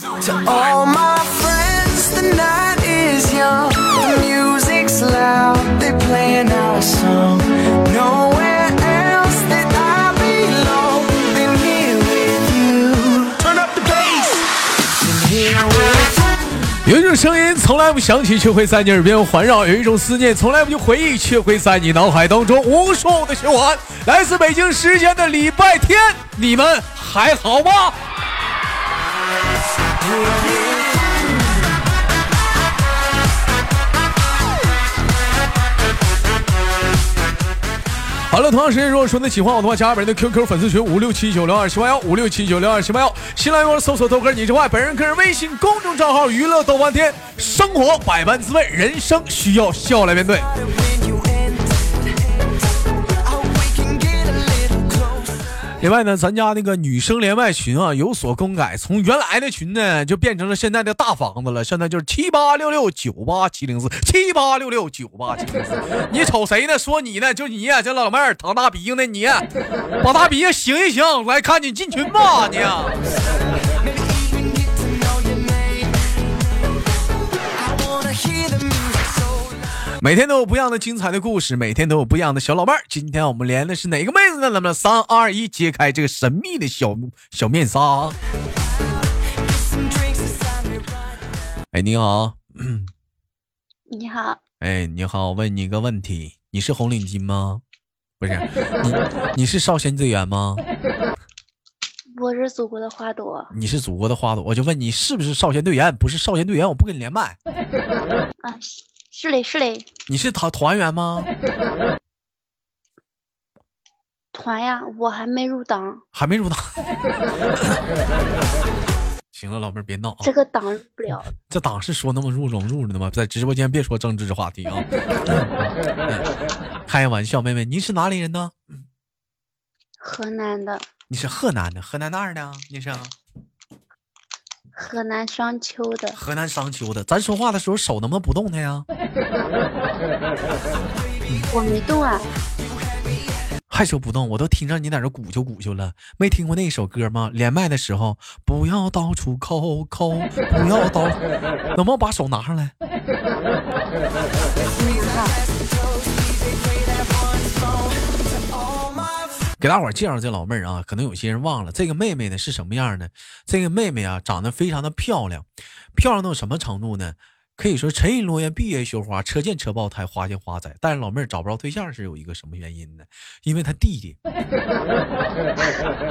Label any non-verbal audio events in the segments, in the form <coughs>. To all my friends, the night is young. The music's loud, they're playing our song. Nowhere else that I belong than here with you. Turn up the bass. Than here with you. 有一种声音从来不响起，却会在你耳边环绕；有一种思念从来不去回忆，却会在你脑海当中无数的循环。来自北京时间的礼拜天，你们还好吗？好了，同样时间，如果说你喜欢我的话，加本人的 QQ 粉丝群五六七九六二七八幺五六七九六二七八幺，新浪微博搜索豆哥你之外，本人个人微信公众账号娱乐豆翻天，生活百般滋味，人生需要笑来面对。 When you enter, I hope we can get a little closer. 另外呢，咱家那个女生连麦群啊有所更改，从原来的群呢就变成了现在的大房子了，现在就是七八六六九八七零四七八六六九八七零四。你瞅谁呢？说你呢？就你呀、这老妹儿淌大鼻涕呢，你呀、把大鼻子醒一醒，来看你进群吧，你、啊 Maybe even get to know your name. I wanna hear the music so loud. 每天都有不一样的精彩的故事，每天都有不一样的小老伴儿。今天我们连的是哪个妹子呢？咱们三二一，揭开这个神秘的小小面纱啊。 Some drinks inside me right 哎，你好，你好，哎，你好，问你一个问题，你是红领巾吗？不是，你你是少先队员吗？我是祖国的花朵啊你是祖国的花朵，我就问你是不是少先队员？不是少先队员，我不跟你连麦。啊，是是嘞是嘞，你是团团员吗？团呀，我还没入党，还没入党。 <laughs> 行了，老妹儿别闹啊！这个党入不了。这党是说那么入融入的吗？在直播间别说政治话题啊！ <laughs> 开玩笑，妹妹，您是哪里人呢？河南的，你是河南的，河南哪儿的啊？你是啊河南商丘的，河南商丘的。咱说话的时候手能不能不动弹呀？我没动啊，还说不动，我都听着你在这鼓秋鼓秋了。没听过那首歌吗？连麦的时候不要到处抠抠，不要到，能不能把手拿上来？给大伙儿介绍这老妹儿啊，可能有些人忘了这个妹妹呢是什么样的。这个妹妹啊，长得非常的漂亮，漂亮到什么程度呢？可以说沉鱼落雁、闭月羞花、车见车爆胎、花见花栽。但是老妹儿找不着对象是有一个什么原因呢？因为她弟弟。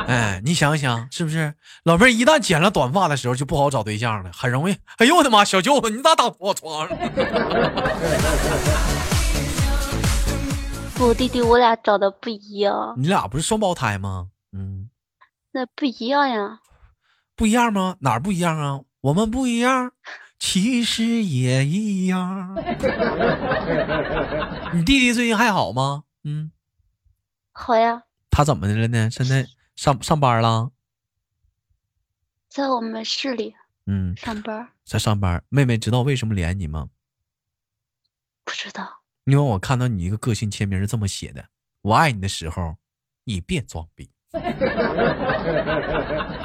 哎，你想想是不是？老妹儿一旦剪了短发的时候就不好找对象了，很容易。哎呦我的妈，小舅子，你咋打破我窗上了？我弟弟我俩长得不一样，你俩不是双胞胎吗？嗯，那不一样呀，不一样吗？哪儿不一样啊？我们不一样，其实也一样。你弟弟最近还好吗？嗯，好呀，他怎么的了呢？现在上上班了？在我们市里嗯，上班儿，在上班。妹妹知道为什么连你吗？不知道，因为我看到你一个个性签名是这么写的：“我爱你的时候，你别装逼。”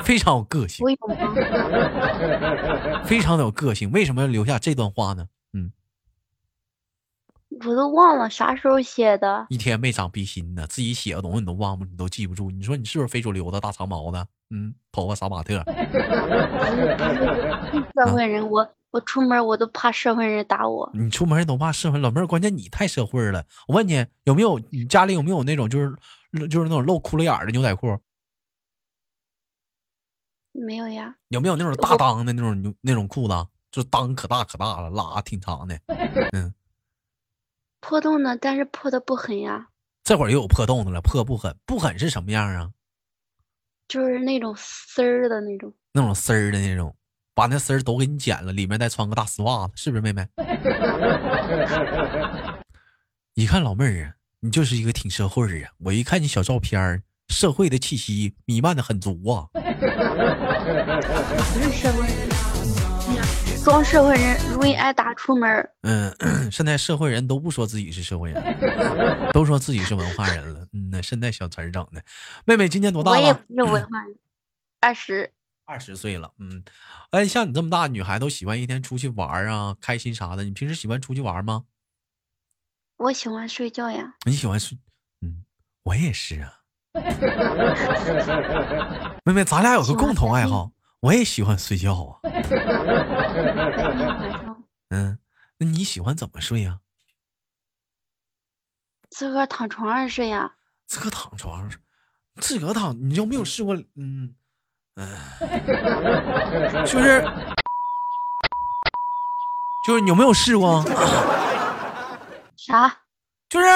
非常有个性我，有吗？非常的有个性。为什么要留下这段话呢？嗯，我都忘了啥时候写的，一天没长逼心呢，自己写的东西你都忘不，你都记不住。你说你是不是非主流的大长毛的？嗯，头发杀马特。社会人，我我出门我都怕社会人打我，你出门都怕社会，老妹儿，关键你太社会了。我问你，有没有你家里有没有那种就是就是那种露窟窿眼儿的牛仔裤？没有呀，有没有那种大裆的那种牛那种裤子？啊就是裆可大可大了，拉挺长的。破洞呢，但是破的不狠呀，这会儿又有破洞的了，破不狠，不狠是什么样啊？就是那种丝儿的那种。那种丝儿的那种，把那丝儿都给你剪了，里面再穿个大丝袜子，是不是妹妹？ <laughs> 一看老妹儿啊，你就是一个挺社会儿啊！我一看你小照片儿，社会的气息弥漫的很足啊！不是社会人，装社会人容易挨打，出门儿嗯， <coughs> 现在社会人都不说自己是社会人，都说自己是文化人了。嗯呐，现在小词儿整的，妹妹今年多大我也了？不是文化人，二十二十岁了，嗯，哎，像你这么大女孩都喜欢一天出去玩儿啊，开心啥的。你平时喜欢出去玩儿吗？我喜欢睡觉呀，你喜欢睡？嗯，我也是啊。妹妹，咱俩有个共同爱好，我也喜欢睡觉啊。晚上嗯，那你喜欢怎么睡啊呀、自个儿躺床上睡呀。自个躺床上睡，自个躺，你有没有试过？嗯，嗯、就是 <laughs> 就是，你有没有试过？啊啥？就是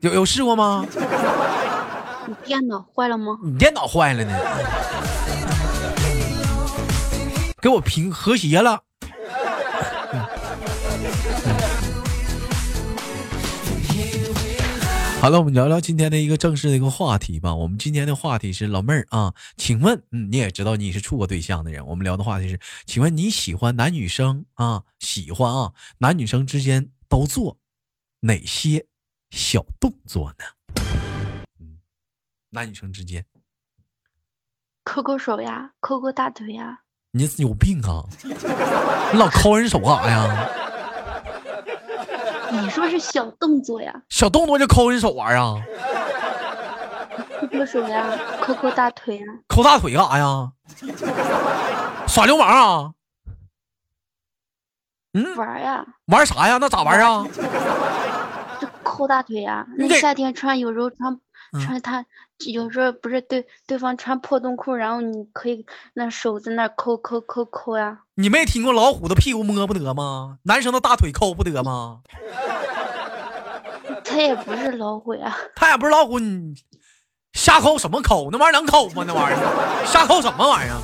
有有试过吗？你电脑坏了吗？你电脑坏了呢？给我屏和谐了。好了，我们聊聊今天的一个正式的一个话题吧。我们今天的话题是老妹儿啊，请问，嗯，你也知道你是处过对象的人，我们聊的话题是，请问你喜欢男女生啊，喜欢啊，男女生之间都做哪些小动作呢？嗯，男女生之间，抠抠手呀，抠抠大腿呀。你有病啊！你老抠人手干啥呀？你说是小动作呀，小动作就抠人手玩啊？抠抠手呀，抠抠大腿呀。抠大腿干啥呀？耍流氓啊？嗯，玩儿呀，玩啥呀？那咋玩啊？就抠大腿呀。那这夏天穿，有时候穿嗯穿他，有时候不是对对方穿破洞裤，然后你可以那手在那儿抠抠抠抠呀。你没听过老虎的屁股摸不得吗？男生的大腿抠不得吗？他也不是老虎呀，他也不是老虎，你瞎抠什么抠？那玩意儿能抠吗？那玩意儿瞎抠什么玩意儿？啊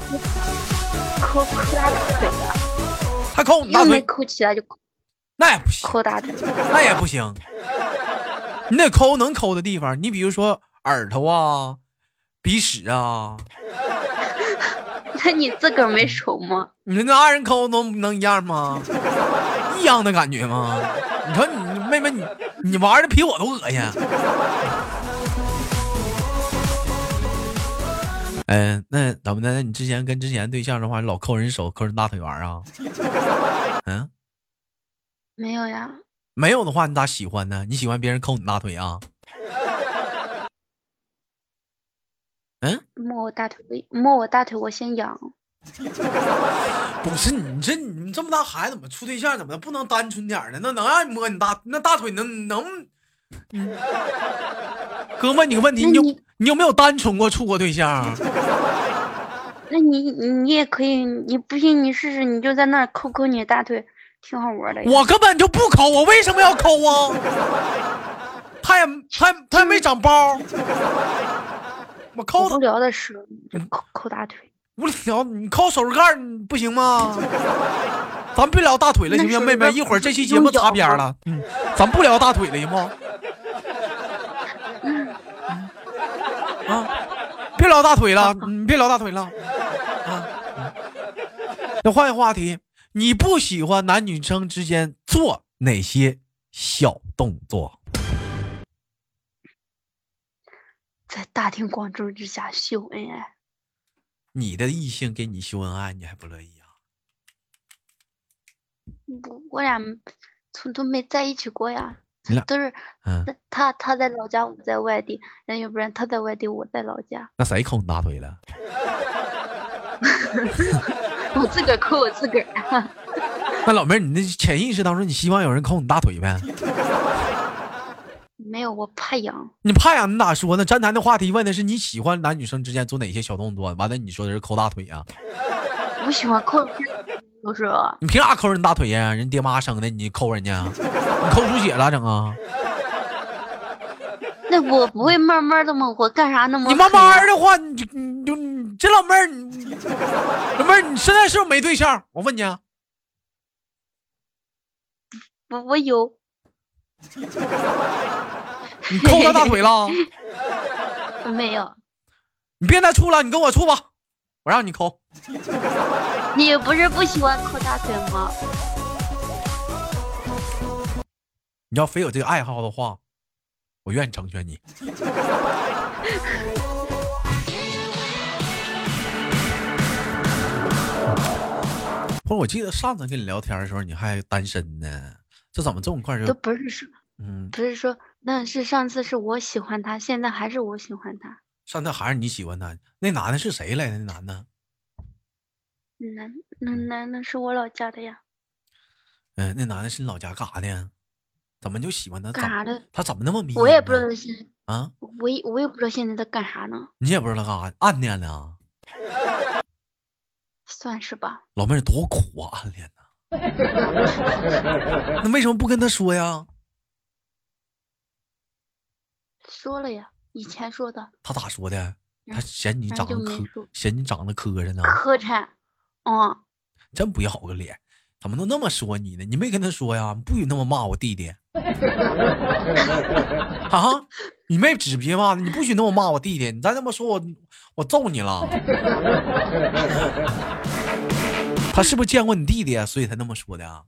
<laughs> 抠抠大腿呀，他抠你大又没腿，抠起来就抠那也不行，抠大腿。 <laughs> 那也不行。你得抠能抠的地方，你比如说耳朵啊、鼻屎啊，那你自个儿没手吗？你说那二人抠能能一样吗？ <laughs> 一样的感觉吗？你瞅你妹妹，你你玩的比我都 <laughs> 恶心。嗯、那怎么的？那你之前跟之前对象的话，老抠人手、抠人大腿玩啊？ <laughs> 嗯，没有呀，没有的话，你咋喜欢呢？你喜欢别人抠你大腿啊？嗯，摸我大腿，摸我大腿，我先痒。不是你这你这么大孩子怎么处对象怎么的不能单纯点儿呢？那能让你摸你大那大腿能能？嗯 <laughs> 哥问你个问题，那你有你你有没有单纯过处过对象？啊那你你也可以，你不信你试试，你就在那儿抠抠你的大腿，挺好玩的呀。我根本就不抠，我为什么要抠啊？他也他也他也没长包， <laughs> 我抠好无他聊的时候你就抠抠大腿，无聊，你抠手指盖儿你不行吗？咱别聊大腿了，行不行，那手妹指盖妹？儿一会儿这期节目擦边了，嗯，咱不聊大腿了，行不？嗯啊，别聊大腿了，嗯，别聊大腿了，啊，嗯那换一个话题，你不喜欢男女生之间做哪些小动作？在大庭广众之下秀恩爱，你的异性给你秀恩爱，你还不乐意啊？我我俩从都没在一起过呀你俩，都是嗯，他他他在老家，我在外地，那要不然他在外地，我在老家，那谁抠你大腿了？我自个儿抠我自个儿。 <laughs> 那老妹儿，你那潜意识当中，你希望有人抠你大腿呗？没有，我怕痒，你怕呀？你咋说呢？咱谈的话题问的是你喜欢男女生之间做哪些小动作？完了，你说的是抠大腿啊？ <laughs> 我喜欢抠人，有时候你凭啥抠人大腿呀、人爹妈生的，你抠人家，啊你抠出血了整啊？那我不会慢慢的吗？我干啥那么你慢慢狠呀的话，你就你就你这老妹儿，你老妹儿，你现在是不是没对象？我问你啊，我我有你抠他大腿了？没有？你别再处了，你跟我处吧，我让你抠。你不是不喜欢抠大腿吗？你要非有这个 <laughs> 爱好的话，我愿意成全你。或者我记得上次跟你聊天的时候，你还单身呢，这怎么这么快都就不是说嗯？不是说，那是上次是我喜欢他，现在还是我喜欢他。上次还是你喜欢他？那男的是谁来的？那男的，男那男的是我老家的呀，嗯、那男的是你老家干啥的呀？怎么就喜欢他？干啥的？的？他怎么那么迷人呢？我也不知道是，啊，我也我也不知道现在在干啥呢，你也不知道他干啥，暗恋了啊？算是吧。老妹儿多苦啊，暗恋呐、那为什么不跟他说呀？说了呀，以前说的他咋说的？嗯他嫌你那长得就没磕说，嫌你长得磕碜呢，磕碜，哦，真不要个脸，怎么能那么说你呢？你没跟他说呀？不许那么骂我弟 <laughs> 弟。啊！你没指别骂，你不许那么骂我弟弟，你再这么说我，我揍你了。 <laughs> 他是不是见过你弟弟啊，所以才那么说的啊？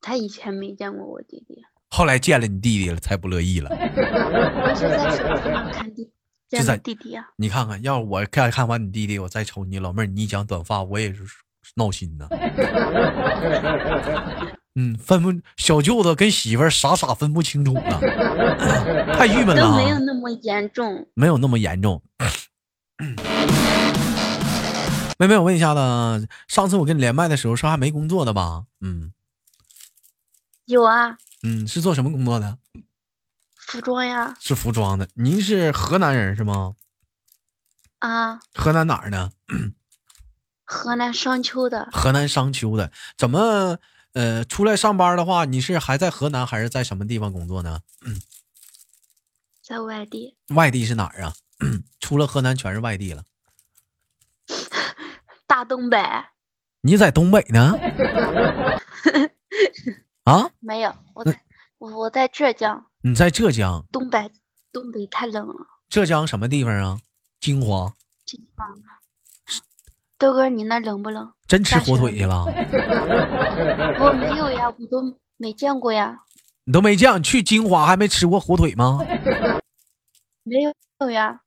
他以前没见过我弟 <laughs> 弟，啊后来见了你弟弟了，才不乐意了。我是在手机上看弟见在的弟弟啊呀、你看看，要是我看看完你弟弟，我再瞅你老妹儿，你一讲短发，我也是闹心 <laughs> 呐。嗯，分不小舅子跟媳妇儿傻傻分不清楚了，太郁闷了啊都哈。没有那么严重。没有那么严重。 <coughs> 妹妹，我问一下子，上次我跟你连麦的时候是还没工作的吧？嗯有啊，嗯，是做什么工作的？服装呀，是服装的。您是河南人是吗？啊，河南哪儿呢？河南商丘的，河南商丘的。怎么呃，出来上班的话，你是还在河南还是在什么地方工作呢？在外地，外地是哪儿啊？ <clears throat> 除了河南全是外地了。大东北你在东北呢？啊，没有，我在我我在浙江，你在浙江？东北东北太冷了。浙江什么地方啊？金华。豆哥，你那冷不冷？真吃火腿去了？我没有呀，我都没见过呀，你都没见，去金华还没吃过火腿吗？没有呀，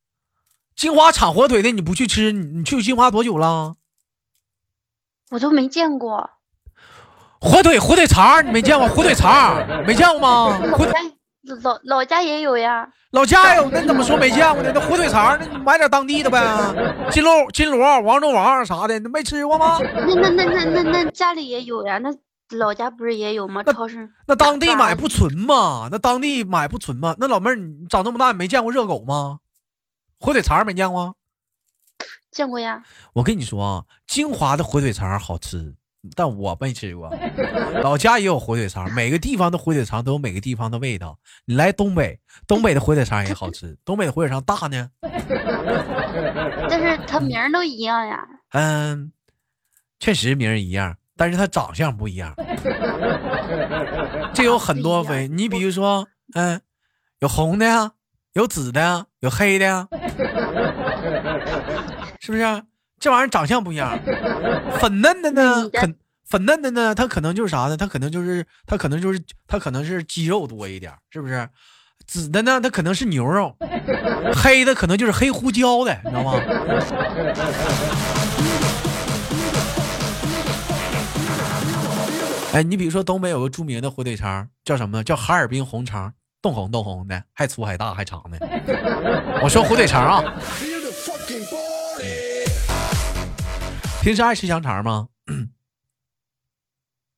金华产火腿的你不去吃，你你去金华多久了？我都没见过。火腿火腿肠儿你没见过？火腿肠儿没见过吗？老火腿家老老家也有呀，老家有，那你怎么说没见过呢？那火腿肠儿，那你买点当地的呗，金鹿、金锣、王中王啥的，你没吃过吗？那那那那那那家里也有呀，那老家不是也有吗？那超市那当地买不纯吗？那当地买不纯吗？那老妹儿，你长这么大你没见过热狗吗？火腿肠儿没见过？见过呀，我跟你说啊，金华的火腿肠好吃，但我没吃过。老家也有火腿肠，每个地方的火腿肠都有每个地方的味道。你来东北，东北的火腿肠也好吃，东北的火腿肠大呢。但是它名儿都一样呀。嗯，确实名儿一样，但是它长相不一 <laughs> 样。这有很多不一分，样你比如说，嗯，有红的呀，有紫的呀，有黑的呀，是不是？这玩意儿长相不一样，啊粉嫩的那呢，你的肯粉嫩的呢，它可能就是啥呢？它可能就是它可能就是它可能是肌肉多一点儿，是不是？紫的呢，它可能是牛肉，黑的可能就是黑胡椒的，你知道吗？ <laughs> 哎，你比如说东北有个著名的火腿肠，叫什么？叫哈尔滨红肠，冻红冻红的，还粗还大还长的。我说火腿肠啊， Feel the fucking body. 平时爱吃香肠吗？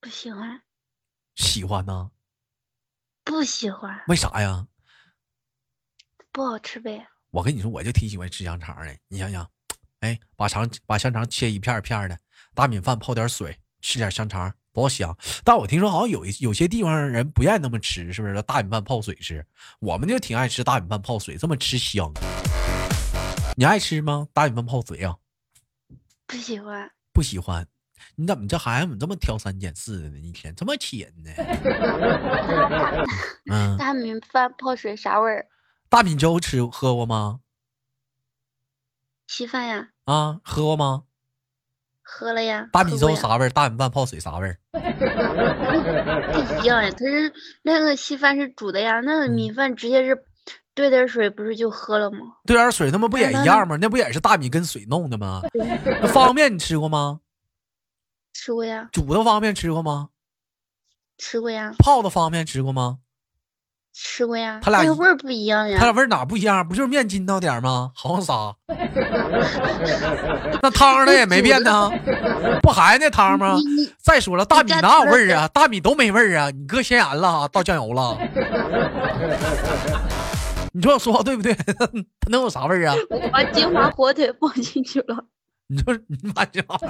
不喜欢，喜欢呐，不喜欢，为啥呀？不好吃呗。我跟你说，我就挺喜欢吃香肠的。你想想，哎，把肠把香肠切一片儿片儿的，大米饭泡点水，吃点香肠，多香！但我听说好像有一有些地方人不愿意那么吃，是不是？大米饭泡水吃，我们就挺爱吃大米饭泡水，这么吃香。你爱吃吗？大米饭泡水啊？不喜欢，不喜欢。你怎么这孩子怎么这么挑三拣四的呢？一天这么气人呢？嗯， <laughs> 大米饭泡水啥味儿？大米粥吃喝过吗？稀饭呀，啊，喝过吗？喝了呀。大米喝粥过呀啥味儿？大米饭泡水啥味儿？不一样呀？可是那个稀饭是煮的呀，那个嗯米饭直接是兑点水，不是就喝了吗？ <laughs> 兑点水，那么不也那一样吗？那不也是大米跟水弄的吗？那方便你吃过吗？吃过呀，煮的方便吃过吗？吃过呀，泡的方便吃过吗？吃过呀，他俩那个一味儿不一样它俩呀。味儿哪不一样？不就是面筋到点儿吗？好像 <laughs> 啥？那汤它也没变呢，不还那汤吗？再说了，大米哪有味儿啊？大米都没味儿啊！你搁咸盐了，倒酱油了，啊 <laughs> 你说我说对不 <laughs> 对？它能有啥味儿啊？我把金华火腿放进去了，你说你妈家伙 <laughs>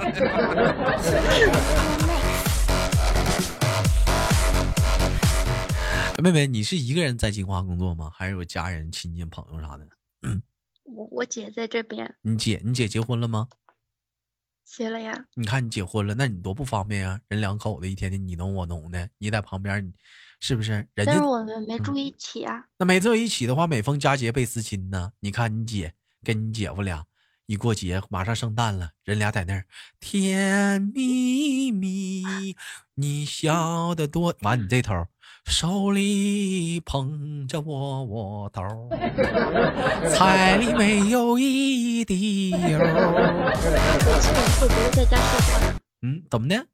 妹妹，你是一个人在金华工作吗？还是有家人、亲戚、朋友啥的？ <laughs> 我我姐在这边你姐，你姐结婚了吗？结了呀，你看你结婚了，那你多不方便啊！人两口子一天天你侬我侬的，你在旁边，你是不是？人但是家我们没住一起啊。那每次有一起的话，每逢佳节倍思亲呢。你看你姐跟你姐夫俩一过节，马上圣诞了，人俩在那儿甜蜜蜜，你笑得多。完，你这头手里捧着窝窝头儿，菜里没有一滴油儿。我基本过节都在家睡觉，嗯，怎么的？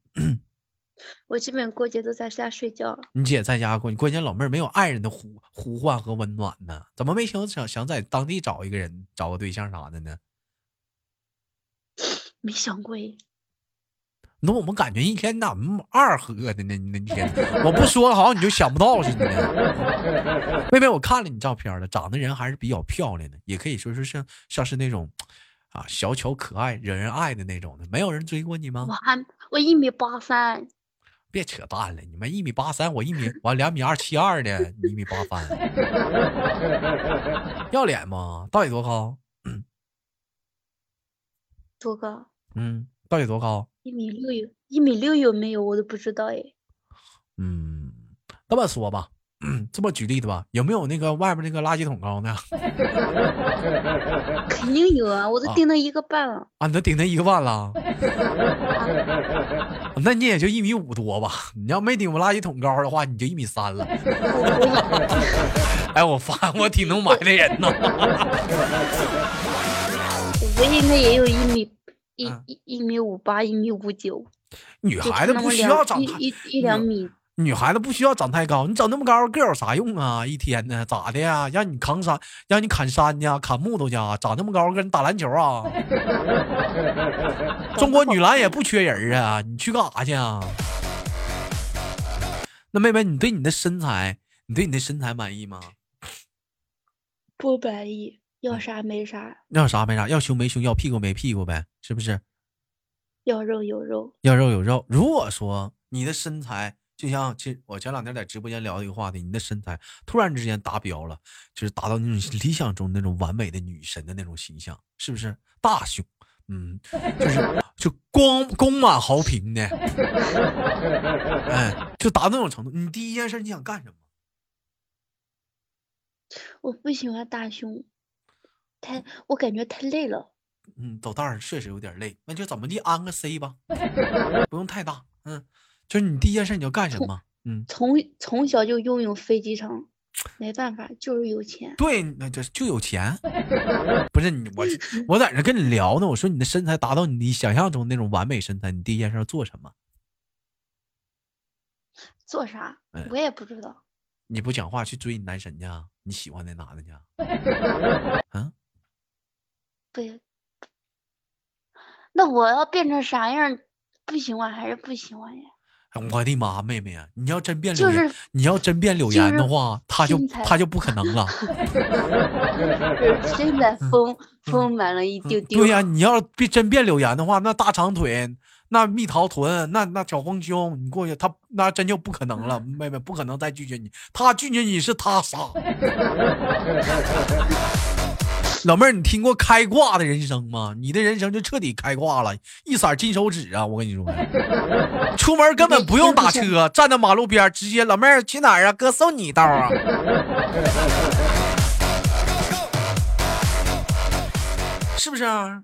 我基本过节都在家睡觉。你姐在家过，关键老妹儿没有爱人的呼呼唤和温暖呢，怎么没想想想在当地找一个人，找个对象啥的呢？没想过耶，那我们感觉一天你咋那么二喝的呢？你那天我不说，好像你就想不到似的。妹妹，我看了你照片了，长得人还是比较漂亮的，也可以说是像像是那种啊小巧可爱、惹人爱的那种的。没有人追过你吗我？还我一米八三，别扯淡了，你们一米八三，我一米我两米二七二的，你一米八三，要脸吗？到底多高？多高？嗯，到底多高？一米六有，一米六有没有我都不知道哎。嗯，这么说吧， <clears throat> 嗯，这么举例子吧，有没有那个外面那个垃圾桶高呢？肯定有啊，我都啊盯到一个半了。啊，你都顶他一个半了，那你也就一米五多吧。你要没顶过垃圾桶高的话，你就一米三了。哎，我发，我挺能埋汰人呐。我应该也有一米一啊一一米五八，一米五九，女就孩差子那不么需两要长一太，一一两女米。女孩子不需要长太高，你长那么高个儿有啥用啊？一天呢，咋的呀？让你扛山，让你砍山去啊，砍木头去啊？长那么高个儿，你打篮球啊？ <laughs> 中国女篮也不缺人儿啊，你去干啥去啊？那妹妹，你对你的身材，你对你的身材满意吗？不满意，嗯要啥没啥，要啥没啥，要胸没胸，要屁股没屁股呗，是不是？要肉有肉。要肉有肉。如果说你的身材，就像其我前两天在直播间聊的一个话题，你的身材突然之间达标了，就是达到那种理想中那种完美的女神的那种形象，是不是？大胸，嗯，就是就光光满豪平的，哎，就达到那种程度。你第一件事你想干什么？我不喜欢大胸，太我感觉太累了。嗯，走道儿确实有点累，那就怎么地安个 C 吧， <laughs> 不用太大，嗯，就是你第一件事你要干什么？嗯。从从小就拥有飞机场，没办法，就是有钱。对，那就是就有钱，不是你我是我在这跟你聊呢，我说你的身材达到你想象中那种完美身材，你第一件事要做什么？做啥哎？我也不知道。你不讲话去追你男神去啊？你喜欢的男的去啊？啊，不，那我要变成啥样儿？不喜欢还是不喜欢呀？哎我的妈，妹妹啊，你要真变柳就岩，是你要真变柳就岩的是话，他就身材他就不可能了。就是身材丰丰满了一嗯 <laughs> 丢丢。对呀、你要变真变柳岩的话，那大长腿，那蜜桃臀，那那小丰胸，你过去他那真就不可能了，妹妹不可能再拒绝你，他拒绝你是他傻。老妹儿，你听过开挂的人生吗？你的人生就彻底开挂了，一色金手指啊！我跟你说，出门根本不用打车，站在马路边儿直接，老妹儿去哪儿啊？哥送你一道啊！是不是啊？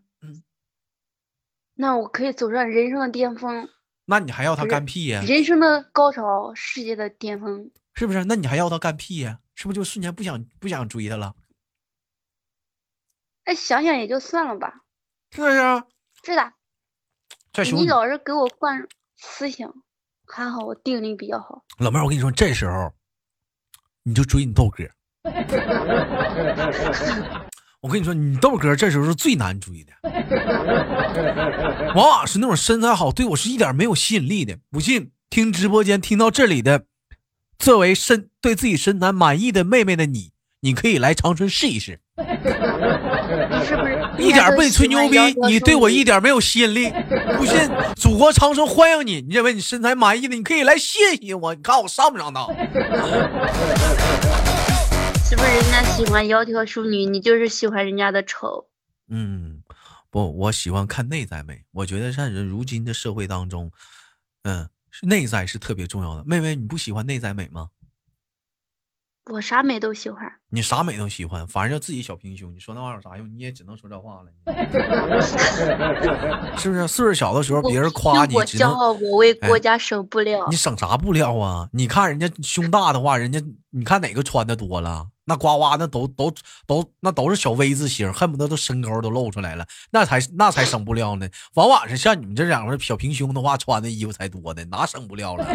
那我可以走上人生的巅峰，那你还要他不是干屁呀、人生的高潮，世界的巅峰。是不是？那你还要他干屁呀、是不是就瞬间不想不想追他了？哎那想想也就算了吧，是不是？啊是的，这兄你弟，老是给我灌思想，还好我定力比较好。老妹儿，我跟你说，这时候你就追你豆哥。我跟你说，你豆哥这时候是最难追的，往往是那种身材好，对我是一点没有吸引力的。不信，听直播间听到这里的，作为身对自己身材满意的妹妹的你，你可以来长春试一试。你是不是一点儿不被你吹牛逼，你对我一点儿没有吸引力。不信，祖国长春欢迎你。你认为你身材满意的，你可以来谢谢我，你看我上不上当？是不是人家喜欢窈窕淑女，你就是喜欢人家的丑？嗯，不，我喜欢看内在美。我觉得在人如今的社会当中，嗯，是内在是特别重要的。妹妹，你不喜欢内在美吗？我啥美都喜欢，你啥美都喜欢，反正就自己小平胸，你说那玩意儿有啥用？你也 <laughs> 只能说这话了，是不是？岁数小的时候，我别人夸你我，只骄能傲，我为哎国家省布料你。省啥布料啊？你看人家胸大的话，人家你看哪个穿的多了？那呱呱那都都都那都是小 V 字形，恨不得都身高都露出来了，那才那才省布料呢。往往是像你们这两个小平胸的话，穿的衣服才多呢，哪省布料了？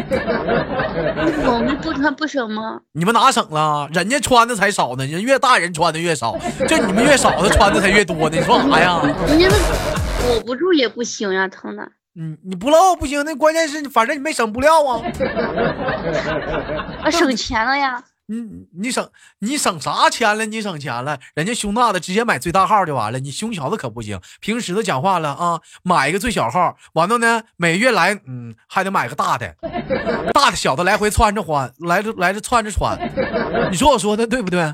<laughs> 我们不穿不省吗？你们哪省了？人家穿的才少呢，人越大人穿的越少，就你们越少的穿的才越多呢。你说啥呀？人家那裹不住也不行呀、疼的。你你不露不行，那关键是反正你没省布料啊。啊，省钱了呀！你你省你省啥钱了？你省钱了？人家胸大的直接买最大号就完了，你胸小的可不行。平时都讲话了啊，买一个最小号，完了呢每月来嗯还得买个大的，大的小的来回窜着换，来着来着窜着穿。你说我说的对不对？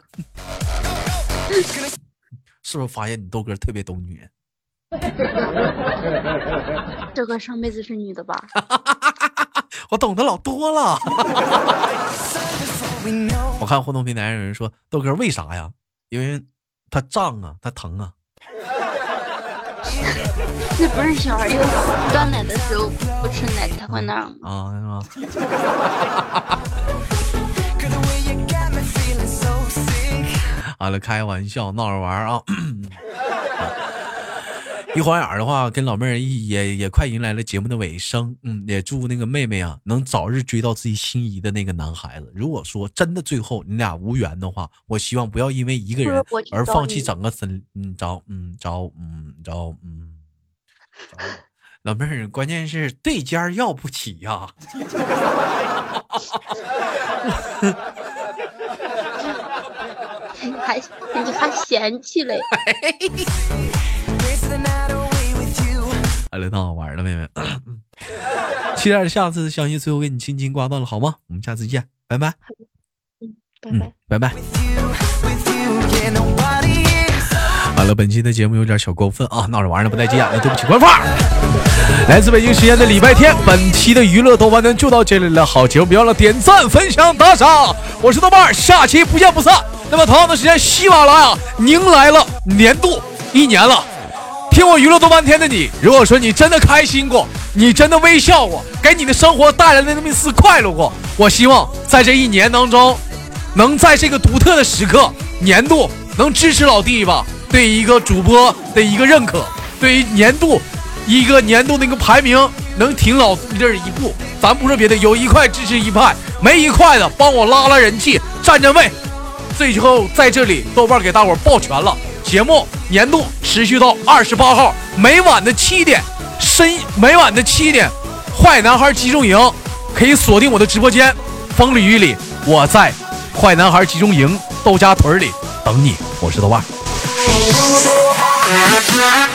<laughs> 是不是发现你豆哥特别懂女人？这个上辈子是女的吧？我懂得老多了。 <laughs> We know. 我看互动平台上有人说豆哥为啥呀？因为他胀啊，他疼啊。那不是小孩儿，就是断奶的时候不吃奶，他会那样吗？啊，是吧？ Cause the way you got me feeling so sick. <laughs> 完了，啊开玩笑，闹着玩儿啊。 <coughs> 一晃眼儿的话，跟老妹儿一也也快迎来了节目的尾声，嗯，也祝那个妹妹啊能早日追到自己心仪的那个男孩子。如果说真的最后你俩无缘的话，我希望不要因为一个人我知道而放弃你整个森，嗯，找嗯找嗯找嗯找我。老妹儿，关键是对尖儿要不起呀、你嗯还你还嫌弃嘞？ Waste the night away with you. 哎，来，闹好玩了，妹 <clears throat> 妹。期待着下次相信最后给你轻轻挂断了，好吗？我们下次见，拜拜。拜拜嗯。，拜拜。 With you, with you, yeah, nobody is. 好了，本期的节目有点小过分啊，闹着玩呢，不带急眼的，对不起官方。来自北京时间的礼拜天，本期的娱乐豆瓣天就到这里了。好节目，别忘了点赞、分享、打赏。我是豆瓣儿，下期不见不散。那么同样的时间，喜马拉雅迎啊来了年度一年了。听我娱乐多半天的你，如果说你真的开心过，你真的微笑过，给你的生活带来了那么一丝快乐过，我希望在这一年当中，能在这个独特的时刻，年度能支持老弟吧，对一个主播的一个认可，对于年度一个年度那个排名，能挺老弟这一步。咱不说别的，有一块支持一派，没一块的帮我拉拉人气，站站位，最后在这里，豆瓣给大伙儿抱拳了。节目年度持续到二十八号，每晚的七点，深每晚的七点，坏男孩集中营可以锁定我的直播间，风里雨里，我在坏男孩集中营窦家屯儿里等你。我是豆瓣儿。 Thank you.